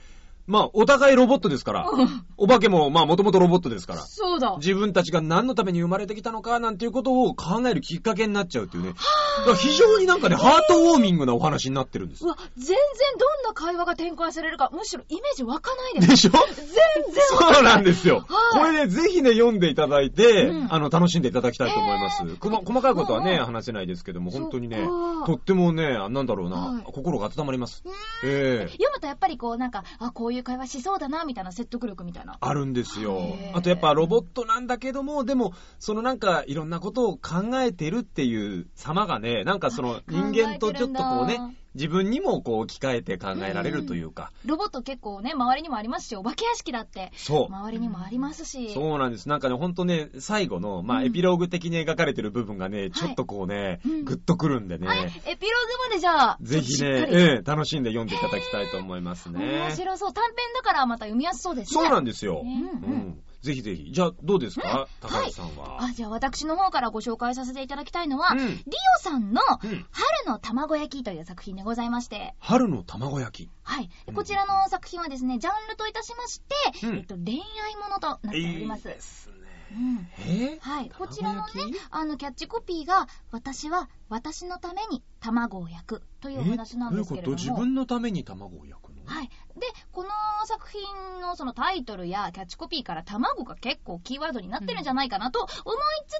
Speaker 3: まあ、お互いロボットですから、お化けも、まあ、もともとロボットですから、
Speaker 2: そうだ。
Speaker 3: 自分たちが何のために生まれてきたのか、なんていうことを考えるきっかけになっちゃうっていうね。だから非常になんかね、ハートウォーミングなお話になってるんです
Speaker 2: う。わ、全然どんな会話が展開されるか、むしろイメージ湧かないです。
Speaker 3: でしょ
Speaker 2: 全然湧か
Speaker 3: そうなんですよ。
Speaker 2: はい
Speaker 3: これね、ぜひね、読んでいただいて、
Speaker 2: うん
Speaker 3: あの、楽しんでいただきたいと思います。
Speaker 2: えー
Speaker 3: こま細かいことは
Speaker 2: うん
Speaker 3: ね、
Speaker 2: うん
Speaker 3: 話せないですけども、本当にね
Speaker 2: そっ、か
Speaker 3: とってもね、なんだろうな、
Speaker 2: はい
Speaker 3: 心が温まります。
Speaker 2: うん
Speaker 3: ええ
Speaker 2: 読むとやっぱりこう、なんか、あ、こういう会話しそうだな、みたいな説得力みたいな。
Speaker 3: あるんですよ
Speaker 2: へ。ー
Speaker 3: あとやっぱロボットなんだけども、でも、そのなんかいろんなことを考えてるっていう様がね、なんかその人間とちょっとこう
Speaker 2: 考えてるん
Speaker 3: ね
Speaker 2: だ、
Speaker 3: 自分にもこう置き換えて考えられるというか、
Speaker 2: ロボット結構ね、周りにもありますし、お化け屋敷だって、
Speaker 3: そう。
Speaker 2: 周りにもありますし。
Speaker 3: そうなんです。なんかね、ほんとね、最後の、ま
Speaker 2: う
Speaker 3: あ、
Speaker 2: ん
Speaker 3: エピローグ的に描かれてる部分がね、ちょっとこうね、
Speaker 2: うん
Speaker 3: グッとくるんでね、
Speaker 2: あれエピローグまでじゃあ、
Speaker 3: ぜひ
Speaker 2: しっ
Speaker 3: ね
Speaker 2: か、り
Speaker 3: ええ楽しんで読んでいただきたいと思いますね
Speaker 2: 面。白そう。短編だからまた読みやすそうですね。
Speaker 3: そうなん
Speaker 2: で
Speaker 3: んです
Speaker 2: う
Speaker 3: よ。う
Speaker 2: う
Speaker 3: ん
Speaker 2: ん。
Speaker 3: ん。ぜひぜひ。じゃあ、どうですか高橋さんは。
Speaker 2: あ、じゃあ私の方からご紹介させていただきたいのは、
Speaker 3: うん
Speaker 2: リオさんの
Speaker 3: うん。
Speaker 2: 春の卵焼きという作品でございまして、
Speaker 3: 春の卵焼き。
Speaker 2: はい。
Speaker 3: うん
Speaker 2: こちらの作品はですね、ジャンルといたしまして、
Speaker 3: うん
Speaker 2: えっと、恋愛ものとなっております。
Speaker 3: いいですね。
Speaker 2: うん
Speaker 3: え
Speaker 2: はい。こちらのね
Speaker 3: 卵焼き、
Speaker 2: あの、キャッチコピーが、私は私のために卵を焼くというお話なんですけれども。
Speaker 3: えどういうこと自分のために卵を焼くの
Speaker 2: はい。で、この作品のそのタイトルやキャッチコピーから卵が結構キーワードになってるんじゃないかなと思い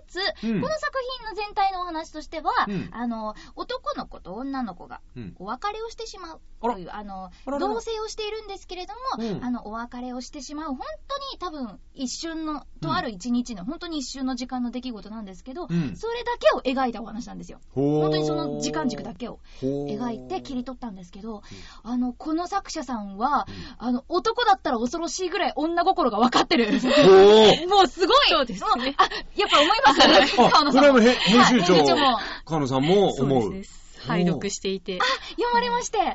Speaker 2: つつ、
Speaker 3: うん
Speaker 2: この作品の全体のお話としては、
Speaker 3: うん
Speaker 2: あの、男の子と女の子が
Speaker 3: うん。
Speaker 2: お別れをしてしまう
Speaker 3: あら
Speaker 2: という、あの、
Speaker 3: あららら
Speaker 2: 同棲をしているんですけれども、
Speaker 3: うん
Speaker 2: あの、お別れをしてしまう、本当に多分一瞬の、とある一日の、本当に一瞬の時間の出来事なんですけど、
Speaker 3: うん
Speaker 2: それだけを描いたお話なんですよ。本
Speaker 3: 本
Speaker 2: 当にその時間軸だ
Speaker 3: け
Speaker 2: けを。
Speaker 3: 描
Speaker 2: 描いて切り取ったんですけど、あの、この作者さんは、あの、男だったら恐ろしいぐらい女心が分かってる。
Speaker 3: お ー
Speaker 2: もうすごい
Speaker 4: そうですね
Speaker 2: もうあ、やっぱ思います 河
Speaker 3: あ、
Speaker 2: 野
Speaker 3: こ
Speaker 2: さん。
Speaker 3: れもへ編集
Speaker 2: はい編集
Speaker 3: 長、
Speaker 2: も
Speaker 3: 河野さんも
Speaker 4: そう
Speaker 3: 思う。
Speaker 4: ですね。拝読していて。
Speaker 2: 読まれまして、あ、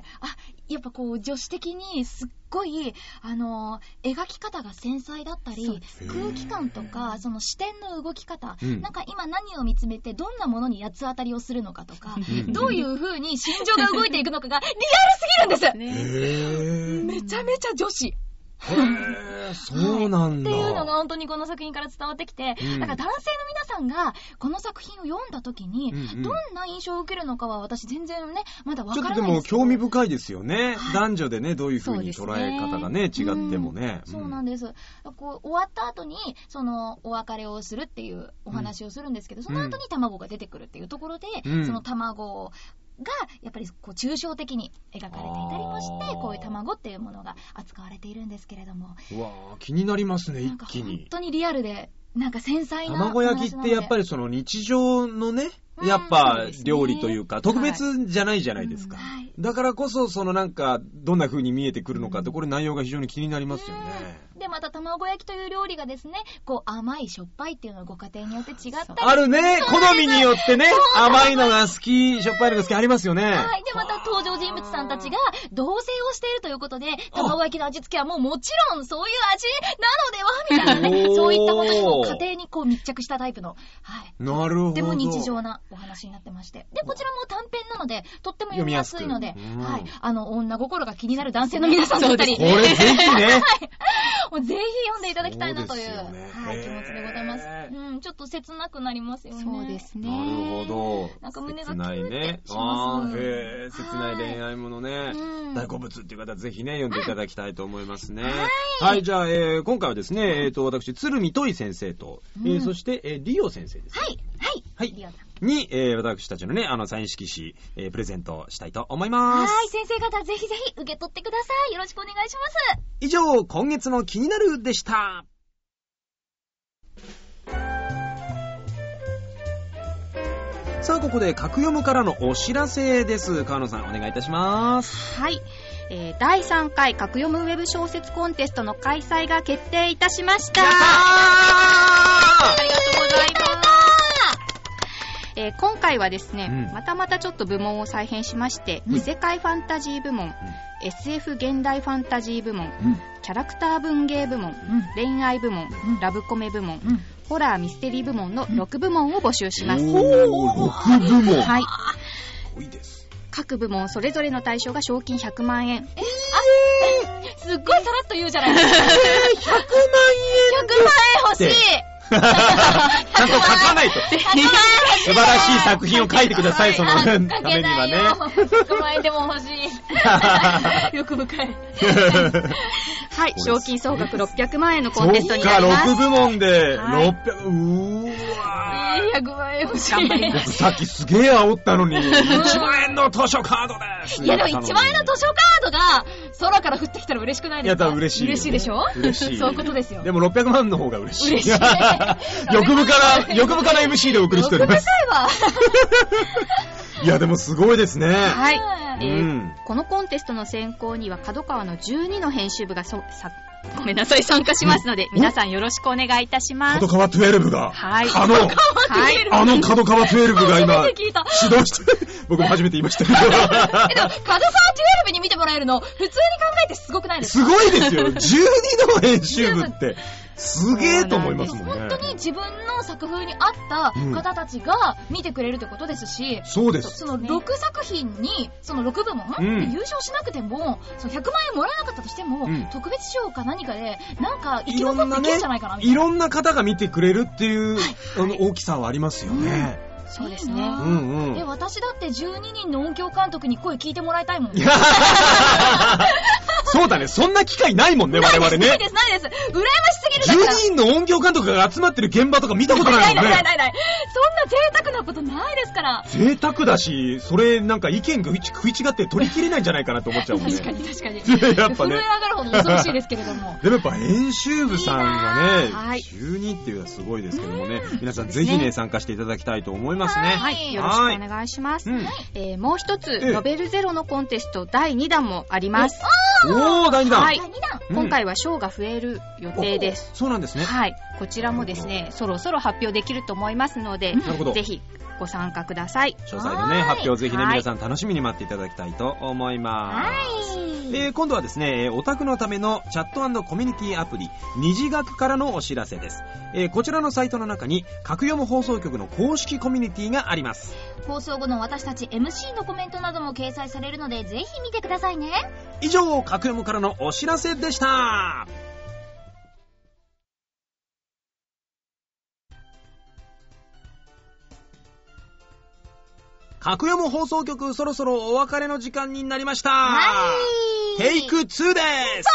Speaker 2: やっぱこう、女子的にすっごい、あの、描き方が繊細だった
Speaker 4: そう
Speaker 2: り
Speaker 4: で、
Speaker 3: ね
Speaker 2: 空気感とか、その視点の動き方、
Speaker 3: うん
Speaker 2: なんか今何を見つめて、どんなものに八つ当たりをするのかとか、
Speaker 3: うん
Speaker 2: どういう風に心情が動いていくのかがリアルすぎるんです
Speaker 3: へ
Speaker 4: ね
Speaker 3: ー。
Speaker 2: めちゃめちゃ女子。
Speaker 3: へー、そうなんだ。
Speaker 2: っていうのが本当にこの作品から伝わってきて、
Speaker 3: うん
Speaker 2: だから男性の皆さんがこの作品を読んだ時に、
Speaker 3: うんうん
Speaker 2: どんな印象を受けるのかは私全然ね、まだわ
Speaker 3: ちょ
Speaker 2: か
Speaker 3: っ
Speaker 2: ら
Speaker 3: とで
Speaker 2: ないで
Speaker 3: も
Speaker 2: すけど。
Speaker 3: 興味深いですよね。
Speaker 2: はい
Speaker 3: 男女でね、どういう風に
Speaker 4: そ
Speaker 3: 捉
Speaker 4: う
Speaker 3: え方がね、違ってもね。
Speaker 2: うんそうなん
Speaker 3: で
Speaker 2: です。こう終わった後に、その、お別れをするっていうお話をするんですけど、その後に卵が出てくるっていうところで、
Speaker 3: うん
Speaker 2: その卵が、やっぱりこう抽象的に描かれていたりもして、
Speaker 3: あー
Speaker 2: こういう卵っていうものが扱われているんですけれども、
Speaker 3: す。うわー気になりますね、
Speaker 2: なん
Speaker 3: 一
Speaker 2: か
Speaker 3: 気
Speaker 2: 本
Speaker 3: に。
Speaker 2: 当にリアルで、なんか繊細な
Speaker 3: 卵焼きってやっぱ
Speaker 2: り
Speaker 3: りその日常のね、
Speaker 2: うん
Speaker 3: やっぱ
Speaker 4: そうですね
Speaker 3: 料理というか、特別じゃないじゃないですか。
Speaker 2: はい
Speaker 3: だからこそ、そのなんか、どんな風に見えてくるのかって、これ内容が非常に気になりますよね。
Speaker 2: で、また卵焼きという料理がですね、こう甘いしょっぱいっていうのはご家庭によって違ったり。
Speaker 3: あるね、好みによってね、甘いのが好き、しょっぱいのが好きありますよね。
Speaker 2: はい。で、また登場人物さんたちが同棲をしているということで、卵焼きの味付けはもうもちろんそういう味なのではみたいなね。
Speaker 3: おー
Speaker 2: そういったことにも家庭にこう密着したタイプの。はい。
Speaker 3: なるほど。
Speaker 2: とても日常なお話になってまして。で、こちらも短編なので、とっても読みやすいので、
Speaker 3: 読みやすくうん
Speaker 2: はい。あの、女心が気になる男性の皆さんだったり、
Speaker 3: これぜひね。
Speaker 2: もうぜひ読んでいただきたいなという、
Speaker 3: そうですよね
Speaker 2: はい、気持ちでございます
Speaker 3: へ。
Speaker 2: うん、ちょっと切なくなりますよね。
Speaker 4: そうですね。
Speaker 3: なるほど。
Speaker 2: なんか胸が
Speaker 3: 切ない
Speaker 2: キュ
Speaker 3: ね。
Speaker 2: ンってします
Speaker 3: あーへー切ない恋愛ものね。
Speaker 2: うん
Speaker 3: 大好物っていう方はぜひね、読んでいただきたいと思いますね。はい、じゃあ、えー今回はですね、えっ、と、私、鶴見とい先生と、えー
Speaker 2: うん
Speaker 3: そして、えーリオ先生ですね。
Speaker 2: はい、はい。
Speaker 3: はい
Speaker 2: リオさん
Speaker 3: に、えー私たちのね、あの、サイン色紙、えープレゼントしたいと思います。
Speaker 2: はい、先生方ぜひぜひ受け取ってください。よろしくお願いします。
Speaker 3: 以上、今月の気になるでした。さあ、ここで、格読むからのお知らせです。河野さん、お願いいたします。
Speaker 4: はい、えー第3回格読むウェブ小説コンテストの開催が決定いたしました。ありがとうございます。えー今回はですね、
Speaker 3: うん
Speaker 4: またまたちょっと部門を再編しまして、
Speaker 3: うん
Speaker 4: 異世界ファンタジー部門、SF 現代ファンタジー部門、
Speaker 3: うん
Speaker 4: キャラクター文芸部門、恋愛部門、
Speaker 2: うん
Speaker 4: ラブコメ部門、
Speaker 2: うん
Speaker 4: ホラーミステリー部門の6部門を募集します。
Speaker 3: おー、6部門。
Speaker 4: はい。
Speaker 3: 多いです。
Speaker 4: 各部門それぞれの対象が賞金100万円。
Speaker 2: すっごいさらっと言うじゃないですか。100万円 !100 万円欲しい
Speaker 3: ちゃんと書かないと。素晴らしい作品を書いてください、その
Speaker 2: あ書
Speaker 3: ために
Speaker 2: けない よ。
Speaker 3: はね。
Speaker 2: 100万円でも欲しい。欲深い。
Speaker 4: はい、
Speaker 3: そうで
Speaker 4: 賞
Speaker 3: す
Speaker 4: 金総額600万円の
Speaker 3: そ
Speaker 4: コ
Speaker 3: っ
Speaker 4: ンテストにな
Speaker 3: か、
Speaker 4: ります
Speaker 3: 6。部門で
Speaker 4: はい
Speaker 3: 600、うーわー。
Speaker 2: 100万円欲しい。
Speaker 4: 頑張りま
Speaker 3: 僕さっきすげえ煽ったのに、1万円の図書カードです
Speaker 2: いやでも1万円の図書カードが空から降ってきたら嬉しくない
Speaker 3: い
Speaker 2: で
Speaker 3: や、
Speaker 2: すか
Speaker 3: 多分嬉しいよね。
Speaker 2: 嬉しいでしょ
Speaker 3: 嬉しい。
Speaker 2: そういうことですよ。
Speaker 3: でも600万の方が嬉しい。
Speaker 2: 嬉しい
Speaker 3: 欲部から、欲部から MC でお送りしており ます。 いや、でもすごいですね。
Speaker 4: はい。
Speaker 2: は
Speaker 4: え
Speaker 2: い。
Speaker 4: ー
Speaker 3: うん
Speaker 4: このコンテストの選考には角川の12の編集部がそ さごめんなさい参加しますので、皆さんよろしくお願いいたします
Speaker 3: 角。川12が、
Speaker 4: はい
Speaker 3: あの、
Speaker 4: はい。
Speaker 3: あの角川12が今、
Speaker 2: 初めて聞いた。
Speaker 3: 指導して、 僕も初めて言いました け
Speaker 2: え、でも、
Speaker 3: ど、
Speaker 2: カドサー12に見てもらえるの、普通に考えてすごくないです
Speaker 3: す
Speaker 2: か
Speaker 3: ごいですよ。12の編集部 って、すげえと思いますもん
Speaker 2: 本
Speaker 3: ね
Speaker 2: 当。に自分の作風に合った方たちが見てくれるってことですし、
Speaker 3: そうで
Speaker 2: そ
Speaker 3: す。
Speaker 2: その6作品に、その6部門、
Speaker 3: うん
Speaker 2: で優勝しなくても、その100万円もらえなかったとしても、
Speaker 3: うん
Speaker 2: 特別賞か何かで、なんか生
Speaker 3: い
Speaker 2: き
Speaker 3: ろ
Speaker 2: 残
Speaker 3: ん
Speaker 2: って
Speaker 3: ない
Speaker 2: け
Speaker 3: ね
Speaker 2: んじゃないかな、み、たい
Speaker 3: い
Speaker 2: な。
Speaker 3: ろんな方が見てくれるっていう、あの、大きさはありますよね。
Speaker 4: そうです
Speaker 2: いい
Speaker 4: ね。
Speaker 2: な
Speaker 3: う
Speaker 2: うん
Speaker 3: う
Speaker 2: え、
Speaker 3: ん。
Speaker 2: 私だって12人の音響監督に声聞いてもらいたいもん。ない
Speaker 3: そうだね、そんな機会ないもんね、我々
Speaker 2: ないで
Speaker 3: ね。
Speaker 2: す、ないです。羨ましすぎるだけだ。
Speaker 3: 12人の音響監督が集まってる現場とか見たことな
Speaker 2: ないい
Speaker 3: もん
Speaker 2: ないない
Speaker 3: ね。
Speaker 2: ないない。そんな贅沢なことないですから。
Speaker 3: 贅沢だし、それなんか意見が食い違って取り切れないんじゃないかなと思っちゃうもん
Speaker 2: 確か
Speaker 3: ね。
Speaker 2: に確かに。
Speaker 3: やっぱ
Speaker 2: 震え
Speaker 3: ね
Speaker 2: 上。がるほど恐ろしいですけれども。
Speaker 3: でもやっぱ編集部さんがね
Speaker 4: いいなーはい、
Speaker 3: 12っていうのはすごいですけどもね、皆さんぜひね、参加していただきたいと思いますね。
Speaker 2: は
Speaker 4: はい。よろしくお願いします。
Speaker 3: うん。
Speaker 4: えーもう一つ、
Speaker 3: ええ
Speaker 4: ノベルゼロのコンテスト第2弾もあ ります。
Speaker 3: おー、第2弾。
Speaker 4: はい
Speaker 2: 第2弾。
Speaker 3: うん
Speaker 4: 今回は賞が増える予定です。
Speaker 3: そうなんですね。
Speaker 4: はい。こちらもですね、そろそろ発表できると思いますので、
Speaker 3: なるほど。
Speaker 4: ぜひご参加ください。
Speaker 3: 詳細の
Speaker 2: はー
Speaker 3: ね、
Speaker 2: い
Speaker 3: 発表をぜひね、
Speaker 4: はい
Speaker 3: 皆さん楽しみに待っていただきたいと思います。
Speaker 2: はい。
Speaker 3: えー今度はですね、えーオタクのためのチャットコミュニティアプリ、二次学からのお知らせです。えーこちらのサイトの中に、格読む放送局の公式コミュニティがあります。
Speaker 2: 放送後の私たち MC のコメントなども掲載されるので、ぜひ見てくださいね。
Speaker 3: 以上、格読むからのお知らせでした。格読む放送局、そろそろお別れの時間になりました。
Speaker 2: はい。
Speaker 3: テイク2ですそうなんです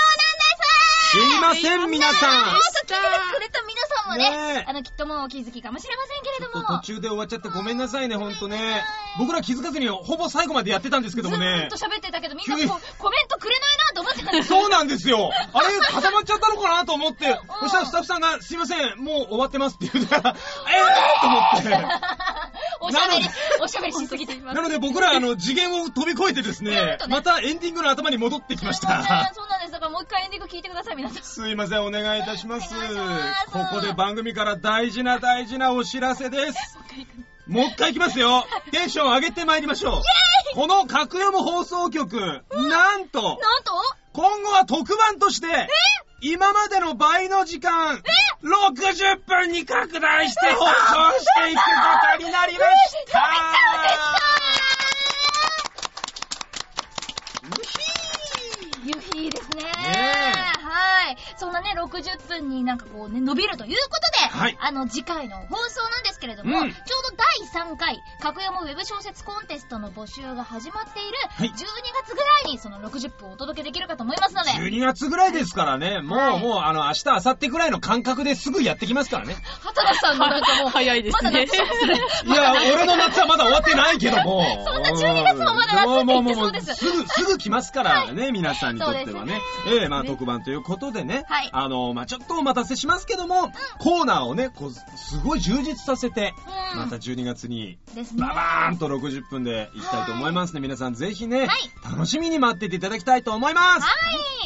Speaker 3: すいません、皆さん
Speaker 2: ちょっと聞いてくれた皆さんもね、
Speaker 3: ねえ
Speaker 2: あの、きっともうお気づきかもしれませんけ
Speaker 3: ちょ
Speaker 2: れ
Speaker 3: っ
Speaker 2: ど
Speaker 3: と
Speaker 2: も、
Speaker 3: 途中で終わっちゃってごめんなさいね、ほんとね。僕ら気づかずにほぼ最後までやってたんですけどもね
Speaker 2: ず。ーっと喋ってたけど、みんな
Speaker 3: 急に
Speaker 2: こうコメントくれないなと思ってたんですよ。
Speaker 3: そうなんですよあれ固まっちゃったのかなと思って、そしたらスタッフさんが、すいません、もう終わってますって言 うから、えーと思って。
Speaker 2: おしゃべり
Speaker 3: なの、
Speaker 2: おしゃべりしすぎて。
Speaker 3: なので僕ら、あの、次元を飛び越えてですね、またエンディングの頭に戻ってきまし
Speaker 2: あ
Speaker 3: た
Speaker 2: ー。そうなんです。だからもう一回エンディング聞いてください、皆さん。
Speaker 3: すいません、お願いいたします
Speaker 2: お願いします。
Speaker 3: ここで番組から大事な大事なお知らせ です。もう一回いきますよ。テンション上げてまいりましょう。この格読む放送局、なんと、
Speaker 2: なんと
Speaker 3: 今後は特番として、今までの倍の時間、60分に拡大して放送していくことになりました
Speaker 2: 60分になんかこうね、伸びるということで、
Speaker 3: はい
Speaker 2: あの、次回の放送なんですけれども、
Speaker 3: うん
Speaker 2: ちょうど第3回、格読むウェブ小説コンテストの募集が始まっている、
Speaker 3: はい
Speaker 2: 12月ぐらいにその60分をお届けできるかと思いますので、
Speaker 3: 12月ぐらいですからね、もう、
Speaker 2: はい
Speaker 3: もう、あの、明日、明後日ぐらいの感覚ですぐやってきますからね。
Speaker 2: 畑田さんのなんかもう、
Speaker 4: 早いで
Speaker 2: ますだ
Speaker 4: ね
Speaker 2: 夏。ですね。
Speaker 3: いや、俺の夏はまだ終わってないけども。
Speaker 2: そんな12月もまだ夏って言ってそうです
Speaker 3: もうもうもうすぐ、すぐ来ますからね、皆さんにとって
Speaker 2: そ
Speaker 3: は
Speaker 2: うで
Speaker 3: ね。ええまあ特番ということでね。
Speaker 2: はい
Speaker 3: あの、まあちょっとお待たせしますけども、コーナーをね、こう、すごい充実させて、
Speaker 2: うん
Speaker 3: また12月に、
Speaker 2: ですね。
Speaker 3: ババーンと60分でいきたいと思いますね。皆さんぜひね、
Speaker 2: い
Speaker 3: 楽しみに待ってていただきたいと思います。
Speaker 2: は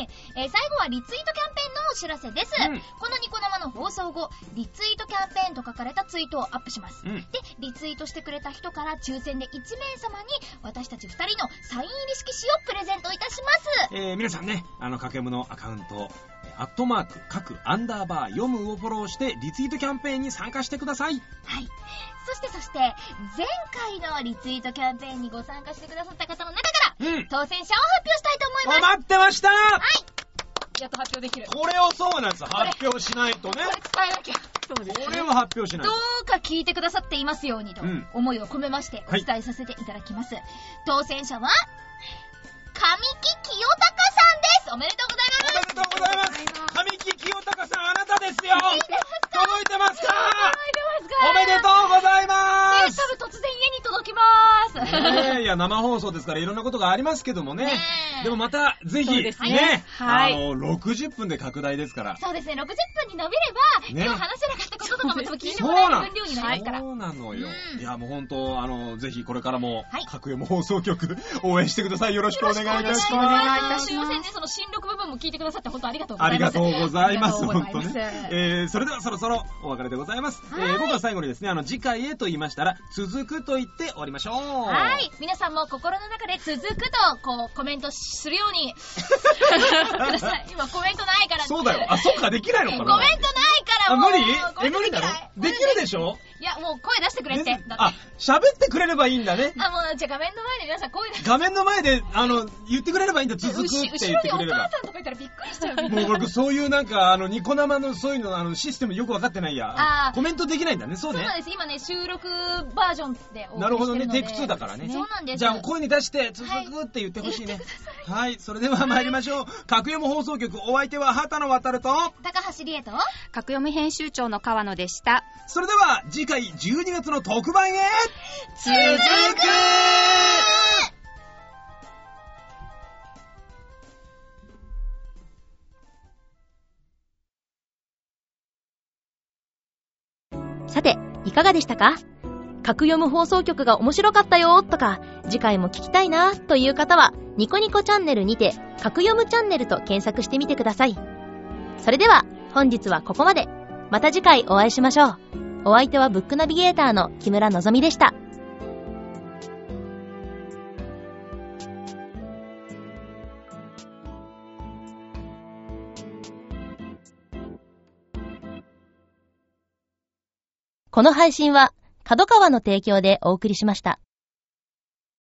Speaker 2: い。えー最後はリツイートキャンペーンのお知らせです。
Speaker 3: うん
Speaker 2: このニコ生の放送後、リツイートキャンペーンと書かれたツイートをアップします。
Speaker 3: うん
Speaker 2: で、リツイートしてくれた人から抽選で1名様に私たち2人のサイン入り色紙をプレゼントいたします。
Speaker 3: えー皆さんね、あの、かけむのアカウント、えーアットマーク、各アンダーバー、読むをフォローして、リツイートキャンペーンに参加してください。
Speaker 2: はい。そしてそして、前回のリツイートキャンペーンにご参加してくださった方の中から、
Speaker 3: うん。
Speaker 2: 当選者を発表したいと思います。
Speaker 3: 待ってました
Speaker 2: やっと発表できる。
Speaker 3: これをそうなんです。発表しないとね
Speaker 2: これ。伝えなきゃ。
Speaker 4: そうです
Speaker 3: こ
Speaker 4: ね
Speaker 3: れを発表しない
Speaker 2: ど
Speaker 3: と。
Speaker 2: うか聞いてくださっていますようにと
Speaker 3: うん
Speaker 2: 思いを込めましてお
Speaker 3: はい
Speaker 2: 伝えさせていただきます。当選者は、神木清隆さんですおめでとうござ
Speaker 3: おめ
Speaker 2: い
Speaker 3: でとうございます神木清隆さん、あなたですよ
Speaker 2: ます聞いてますか
Speaker 3: 届いてます
Speaker 2: 届いてます
Speaker 3: か
Speaker 2: か
Speaker 3: おめでとうございま
Speaker 2: え
Speaker 3: す
Speaker 2: 多分突然家に届きます、
Speaker 3: ねえいや、生放送ですからいろんなことがありますけどもね
Speaker 2: ねえ。
Speaker 3: でもまた、ぜひ、
Speaker 4: そう
Speaker 3: ね
Speaker 4: ですねはい
Speaker 3: あの、60分で拡大ですから。
Speaker 2: そうですね、60分に伸びれば、
Speaker 3: ね
Speaker 2: 今日話せなかったこととかも多分聞いて
Speaker 3: そう
Speaker 2: もらえ
Speaker 3: な
Speaker 2: る分
Speaker 3: ん
Speaker 2: 量になりますから。
Speaker 3: そうなのよ。
Speaker 2: うん
Speaker 3: いや、もう本当、あの、ぜひこれからも、
Speaker 2: はい
Speaker 3: 各読放送局、 応援してください。よろしくお願いいたし
Speaker 2: よろくお
Speaker 3: ます。
Speaker 2: 願いいたしま
Speaker 4: たしますす
Speaker 2: すいませんね、その新録部分も聞いてくださって本当ありがとうござ
Speaker 3: あり
Speaker 2: いま
Speaker 3: が
Speaker 2: す。
Speaker 3: とうございます、
Speaker 2: ありがとうご
Speaker 3: 本
Speaker 2: ざい
Speaker 3: 当
Speaker 2: ます
Speaker 3: ね。えー、それではそろそろお別れでございます。えー、僕は最後にですね、あの、次回へと言いましたら、続くと言って終わりましょう。
Speaker 2: は。 い。皆さんも心の中で続くと、こう、コメントするように。 ください。今コメントないから。
Speaker 3: そうだよ。あ、そうか、できないの
Speaker 2: コメント
Speaker 3: かな
Speaker 2: ないから
Speaker 3: あ、
Speaker 2: も
Speaker 3: 無
Speaker 2: う。
Speaker 3: 理
Speaker 2: コメ
Speaker 3: え、
Speaker 2: ント
Speaker 3: 無理だろできるでしょ
Speaker 2: いや、もう声出してくれって。だって。
Speaker 3: あ
Speaker 2: あ、、
Speaker 3: 喋ってくれればいいんだね。
Speaker 2: もう、じゃあ画面の前で皆さん声出して。
Speaker 3: 画面の前で、あの、言ってくれればいいんだ。続くって
Speaker 2: 後
Speaker 3: 言
Speaker 2: ろ
Speaker 3: って
Speaker 2: に
Speaker 3: くれ
Speaker 2: お
Speaker 3: れば
Speaker 2: 母。さんとかいたらびっくりしちゃう。
Speaker 3: もう僕、そういうなんか、あの、ニコ生のそういうの、あの、システムよくわかってない
Speaker 2: あ
Speaker 3: や
Speaker 2: ー。
Speaker 3: コメントできないんだね、そう
Speaker 2: そう
Speaker 3: ね。
Speaker 2: なんです。今ね、収録バージョンでお送りしてるので。
Speaker 3: なるほどね、テイク2だからね。
Speaker 2: そうなんです。
Speaker 3: じゃあ、声に出して、続くって言ってほしいね。はい、それでは参りましょう。格山放送局、お相手は畑野渡ると、
Speaker 2: 高橋理恵と、
Speaker 4: 格読み編集長の川野でした。
Speaker 3: それでは、次回12月の特番へ、続く
Speaker 1: さて、いかがでしたか格読む放送局が面白かったよとか、次回も聞きたいなという方は、ニコニコチャンネルにて、格読むチャンネルと検索してみてください。それでは、本日はここまで。また次回お会いしましょう。お相手はブックナビゲーターの木村のぞみでした。この配信は、角川の提供でお送りしました。